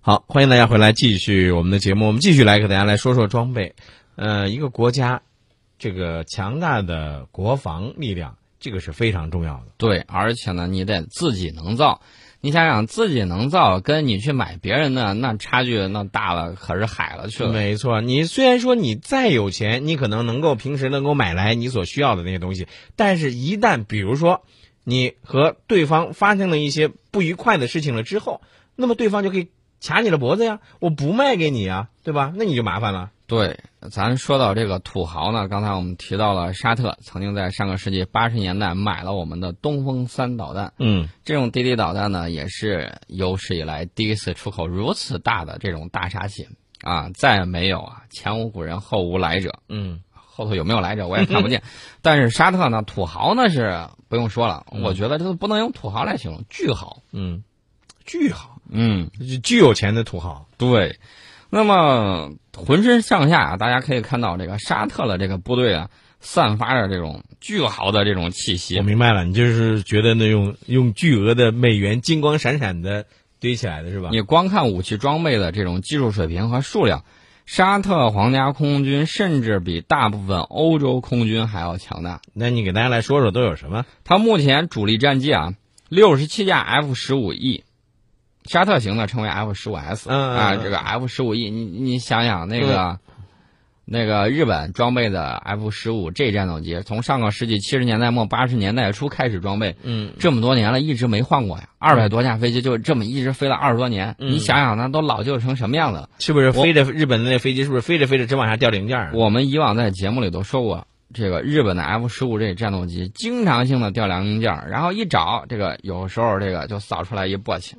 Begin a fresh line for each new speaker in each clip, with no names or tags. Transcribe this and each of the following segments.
好，欢迎大家回来，继续我们的节目。我们继续来给大家来说说装备。呃，一个国家这个强大的国防力量，这个是非常重要的。
对，而且呢，你得自己能造。你想想，自己能造，跟你去买别人的那差距那大了，可是海了去了。
没错，你虽然说你再有钱，你可能能够平时能够买来你所需要的那些东西，但是一旦比如说你和对方发生了一些不愉快的事情了之后，那么对方就可以卡你的脖子呀，我不卖给你啊，对吧？那你就麻烦了。
对，咱说到这个土豪呢，刚才我们提到了沙特曾经在上个世纪八十年代买了我们的东风三导弹，
嗯，
这种地地导弹呢，也是有史以来第一次出口如此大的这种大杀器啊，再没有啊，前无古人后无来者，
嗯，
后头有没有来者我也看不 见，但是沙特呢，土豪那是不用说了，
嗯
我觉得这都不能用土豪来形容，巨豪，
嗯，巨好，
嗯，
就巨有钱的土豪。
对，那么浑身上下啊，大家可以看到这个沙特的这个部队啊，散发着这种巨豪的这种气息
我。明白了，你就是觉得那用用巨额的美元金光闪闪的堆起来的是吧？
你光看武器装备的这种技术水平和数量，沙特皇家空军甚至比大部分欧洲空军还要强大。
那你给大家来说说都有什么？
它目前主力战机啊，六十七架 F 十五 E，沙特型的称为 F 十五 S
嗯嗯
啊，
嗯
这个 F 十五 E，你你想想那个、那个日本装备的 F 十五 J 战斗机，从上个世纪七十年代末八十年代初开始装备，
嗯，
这么多年了，一直没换过呀，二百多架飞机就这么一直飞了二十多年，
嗯
你想想那都老旧成什么样子了？
是不是飞着日本的那飞机？是不是飞着飞着只往下掉零件儿啊？
我们以往在节目里都说过，这个日本的 F 十五这战斗机经常性的掉两零件儿，然后一找这个有时候这个就扫出来一簸箕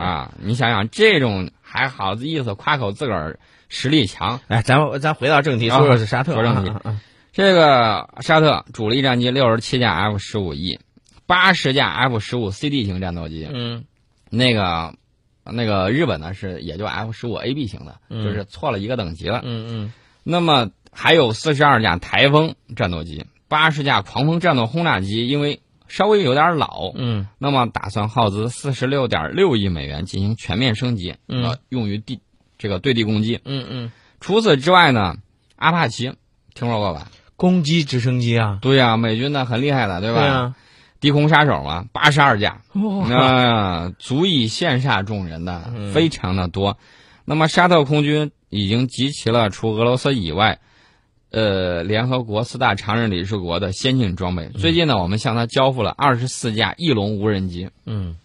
啊！你想想，这种还好意思夸口自个儿实力强？
哎，咱们咱回到正题，
啊
说说是沙特啊。
说正题
啊，啊啊
这个沙特主力战机六十七架 F 十五 E，八十架 F 十五 CD 型战斗机，
嗯
那个那个日本呢是也就 F 十五 AB 型的，
嗯
就是错了一个等级了。
嗯
那么还有四十二架台风战斗机，八十架狂风战斗轰炸机，因为稍微有点老
嗯，嗯
那么打算耗资四十六点六亿美元进行全面升级，
嗯
呃，用于地这个对地攻击。
嗯嗯，
除此之外呢，阿帕奇听说过吧？
攻击直升机啊，
对呀、美军的很厉害的，对吧？
啊，
低空杀手嘛，八十二架，那、
哇，
足以羡煞众人的
嗯，
非常的多。那么沙特空军已经集齐了除俄罗斯以外，呃，联合国四大常任理事国的先进装备。最近呢，我们向他交付了二十四架翼龙无人机。
嗯，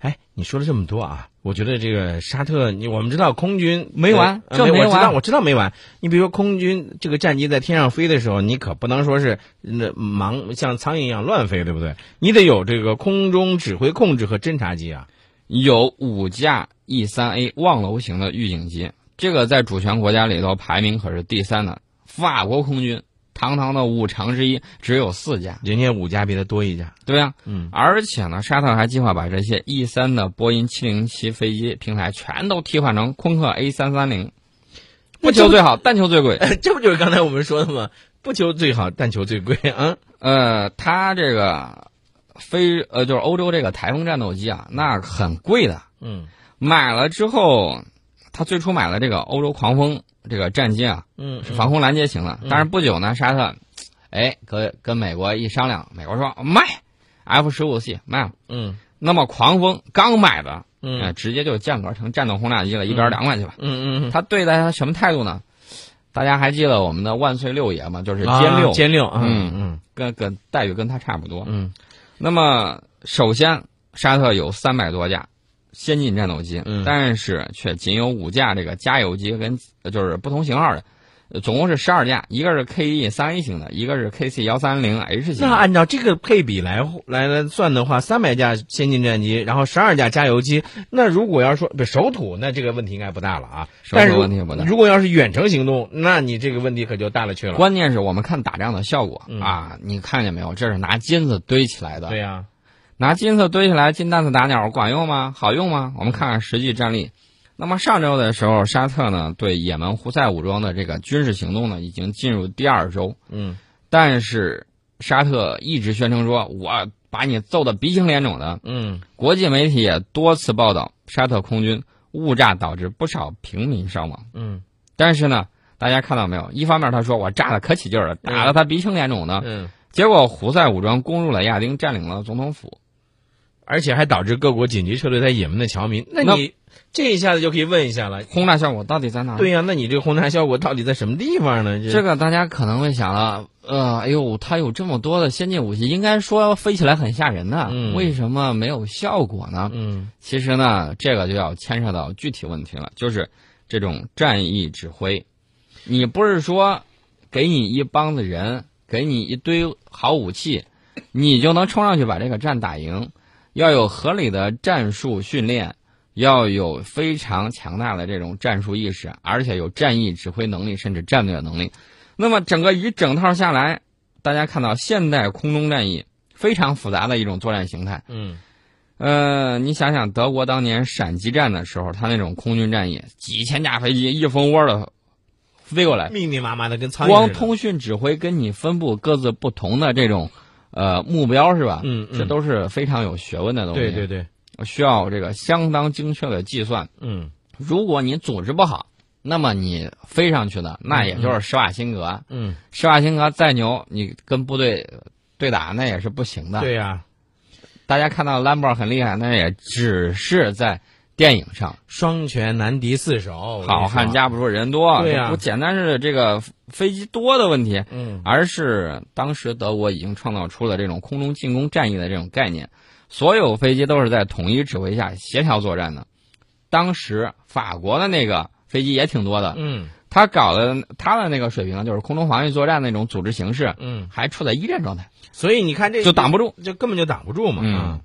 哎，你说了这么多啊，我觉得这个沙特，你我们知道空军
没完
呃
这
没
没
我知道
完
我知道没完。你比如说空军这个战机在天上飞的时候，你可不能说是那忙像苍蝇一样乱飞，对不对？你得有这个空中指挥控制和侦察机啊。
有五架 E 三 A 望楼型的预警机，这个在主权国家里头排名可是第三的。法国空军堂堂的五常之一只有四架，
人家五家比他多一家，
对呀、
嗯
而且呢，沙特还计划把这些 E 三的波音七零七飞机平台全都替换成空客 A 三三零，不求最好，但求最贵。
这不就是刚才我们说的吗？不求最好，但求最贵啊。
呃，它这个非呃就是欧洲这个台风战斗机啊，那很贵的。
嗯
买了之后，他最初买了这个欧洲狂风这个战机啊，
嗯
是防空拦截型的。但是不久呢，沙特，哎，跟跟美国一商量，美国说卖 F 十五 C 卖了。
嗯
那么狂风刚买的。
嗯
呃，直接就降格成战斗轰炸机了，一边凉快去吧。
嗯嗯，
他对待他什么态度呢？大家还记得我们的万岁六爷吗？就是
啊
歼六，
歼六啊，
嗯
嗯
跟跟待遇跟他差不多。
嗯
那么，首先沙特有三百多架先进战斗机，
嗯
但是却仅有五架这个加油机跟呃就是不同型号的，呃总共是十二架，一个是 KE 三 A 型的，一个是 KC 幺三零 H 型
那
的。
按照这个配比来来来算的话，三百架先进战机，然后十二架加油机，那如果要说不守土，那这个问题应该不大了啊。
手
但是
头问题不大。
如果要是远程行动，那你这个问题可就大了去了。
关键是我们看打仗的效果、
嗯
啊，你看见没有？这是拿金子堆起来的，
对呀、
拿金子堆起来，金蛋子打鸟，管用吗？好用吗？我们看看实际战力。那么上周的时候，沙特呢对也门胡塞武装的这个军事行动呢，已经进入第二周，
嗯
但是沙特一直宣称说，我把你揍得鼻青脸肿的。
嗯
国际媒体也多次报道，沙特空军误炸导致不少平民伤亡。
嗯
但是呢，大家看到没有？一方面他说我炸的可起劲儿了，打得他鼻青脸肿的，
嗯，
结果胡塞武装攻入了亚丁，占领了总统府。
而且还导致各国紧急撤退在也门的侨民。那
那
你这一下子就可以问一下了，
轰炸效果到底在哪？
对呀、那你这个轰炸效果到底在什么地方呢？
这个大家可能会想了，呃，哎呦，它有这么多的先进武器，应该说飞起来很吓人的，
嗯
为什么没有效果呢？
嗯
其实呢，这个就要牵涉到具体问题了，就是这种战役指挥，你不是说给你一帮子人，给你一堆好武器，你就能冲上去把这个战打赢？要有合理的战术训练，要有非常强大的这种战术意识，而且有战役指挥能力，甚至战略能力。那么整个一整套下来，大家看到现代空中战役非常复杂的一种作战形态。
嗯
呃，你想想，德国当年闪击战的时候，他那种空军战役，几千架飞机一蜂窝的飞过来，
密密麻麻的跟苍蝇
光
似的。
通讯指挥跟你分布各自不同的这种呃目标是吧？
嗯嗯
这都是非常有学问的东西，
对对对，
需要这个相当精确的计算。
嗯
如果你组织不好，那么你飞上去的那也就是施瓦辛格，
嗯，
施瓦辛格再牛，你跟部队对打那也是不行的。
对呀、
大家看到兰博很厉害，那也只是在电影上，
双拳难敌四手，我跟你
好汉
说，
架不住人多，啊
对呀
这不简单是这个飞机多的问题，
嗯
而是当时德国已经创造出了这种空中进攻战役的这种概念，所有飞机都是在统一指挥下协调作战的。当时法国的那个飞机也挺多的，
嗯
他搞的他的那个水平呢，就是空中防御作战那种组织形式，
嗯，
还处在一战状态，
所以你看这
就挡不住。
就根本就挡不住嘛、
嗯
啊。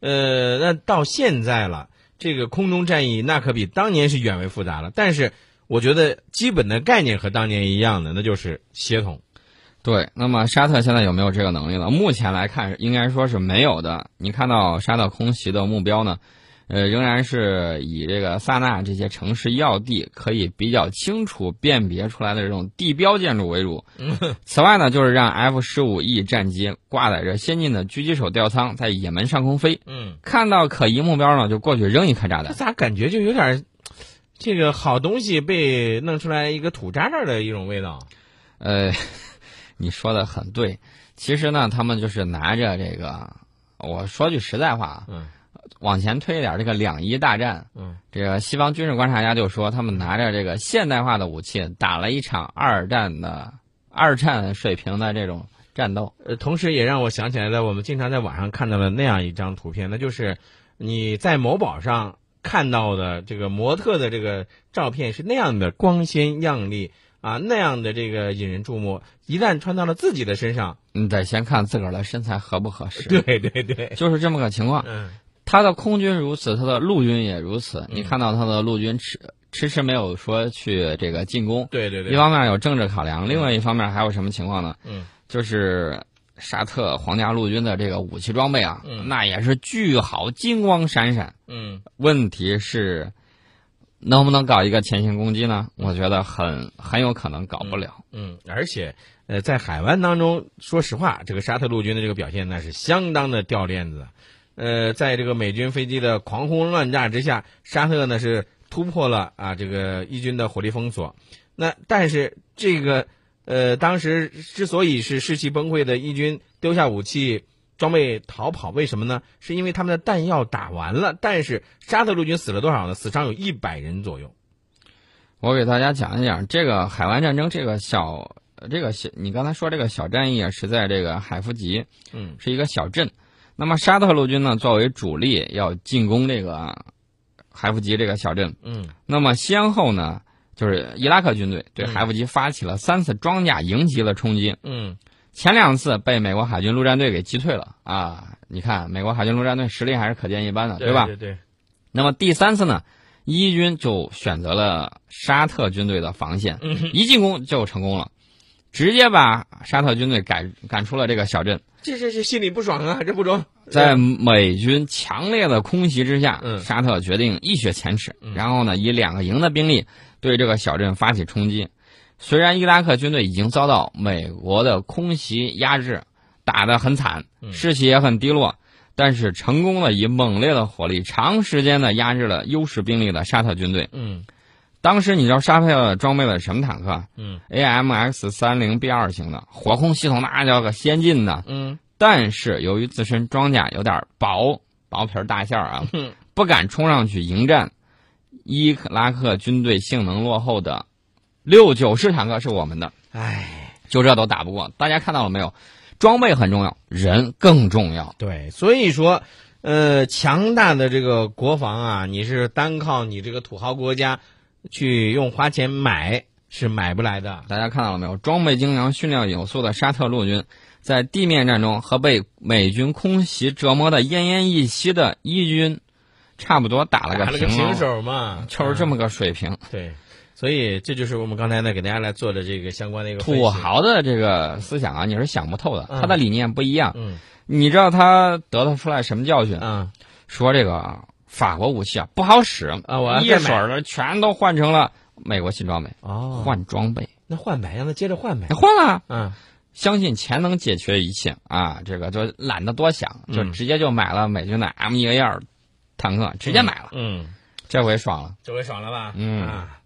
呃，那到现在了，这个空中战役那可比当年是远为复杂了，但是我觉得基本的概念和当年一样的，那就是协同。
对，那么沙特现在有没有这个能力了？目前来看，应该说是没有的。你看到沙特空袭的目标呢，呃，仍然是以这个萨那这些城市要地可以比较清楚辨别出来的这种地标建筑为主。此外呢，就是让 F 十五 E 战机挂载着先进的狙击手吊舱在也门上空飞，
嗯，
看到可疑目标呢，就过去扔一颗炸
那
弹。
咋感觉就有点儿这个好东西被弄出来一个土渣渣的一种味道？
呃， 你说的很对。其实呢，他们就是拿着这个，我说句实在话啊，
嗯
往前推一点，这个两伊大战，
嗯，
这个西方军事观察家就说，他们拿着这个现代化的武器，打了一场二战的二战水平的这种战斗。
呃，同时也让我想起来了，我们经常在网上看到的那样一张图片，那就是你在某宝上看到的这个模特的这个照片是那样的光鲜亮丽啊，那样的这个引人注目。一旦穿到了自己的身上，
你得先看自个儿的身材合不合适，
对对对，
就是这么个情况。
嗯
他的空军如此，他的陆军也如此。你看到他的陆军迟迟迟没有说去这个进攻，
对对
一
对，
方面有啊政治考量，另外一方面还有什么情况呢？
嗯，
就是沙特皇家陆军的这个武器装备啊，
嗯
那也是巨好，金光闪闪。
嗯
问题是，能不能搞一个前行攻击呢？我觉得很很有可能搞不了。
嗯，而且呃，在海湾当中，说实话，这个沙特陆军的这个表现那是相当的掉链子。呃，在这个美军飞机的狂轰乱炸之下，沙特呢是突破了啊这个伊军的火力封锁。那但是这个呃，当时之所以是士气崩溃的伊军丢下武器装备逃跑，为什么呢？是因为他们的弹药打完了，但是沙特陆军死了多少呢？死伤有一百人左右。
我给大家讲一讲这个海湾战争，这个小呃这个小，你刚才说这个小战役啊，是在这个海夫吉，
嗯
是一个小镇。那么沙特陆军呢，作为主力要进攻这个海夫吉这个小镇。
嗯
那么先后呢，就是伊拉克军队对海夫吉发起了三次装甲营级的冲击。
嗯
前两次被美国海军陆战队给击退了啊！你看，美国海军陆战队实力还是可见一斑的，吧？
对对，
那么第三次呢，伊军就选择了沙特军队的防线，一进攻就成功了，直接把沙特军队赶赶出了这个小镇。
这这这心里不爽啊，这不中。
在美军强烈的空袭之下，
嗯
沙特决定一雪前耻，然后呢，以两个营的兵力对这个小镇发起冲击。虽然伊拉克军队已经遭
嗯
到美国的空袭压制，打得很惨，士气也很低落，但是成功的以猛烈的火力，长时间的压制了优势兵力的沙特军队。
嗯
当时你知道沙特装备了什么坦克啊？
嗯
，AMX 三零 B 二型的火控系统，那叫个先进的。
嗯
但是由于自身装甲有点薄，薄皮儿大馅儿 啊
嗯，
不敢冲上去迎战伊拉克军队性能落后的六九式坦克是我们的，
哎，
就这都打不过。大家看到了没有？装备很重要，人更重要。
对，所以说，呃，强大的这个国防啊，你是单靠你这个土豪国家去用花钱买是买不来的。
大家看到了没有？装备精良、训练有素的沙特陆军，在地面战中和被美军空袭折磨的奄奄一息的伊军，差不多打了
打
个
了个
平
平
手，
手嘛，
就是这么个水平。
嗯对。所以这就是我们刚才呢给大家来做的这个相关的一个分析
土，豪的这个思想啊，你是想不透的，
嗯
他的理念不一样。
嗯
你知道他得到出来什么教训？
啊
说这个法国武器啊不好使
啊我要
一
再买
水儿的全都换成了美国新装备，
哦，
换装备哎
那换呗，让他接着换呗。
换了。
嗯
相信钱能解决一切啊！这个就懒得多想，就
嗯
直接就买了美军的 M 一 A 二坦克，直接买了，
嗯，
这回爽了。
这回爽了吧？
嗯
啊，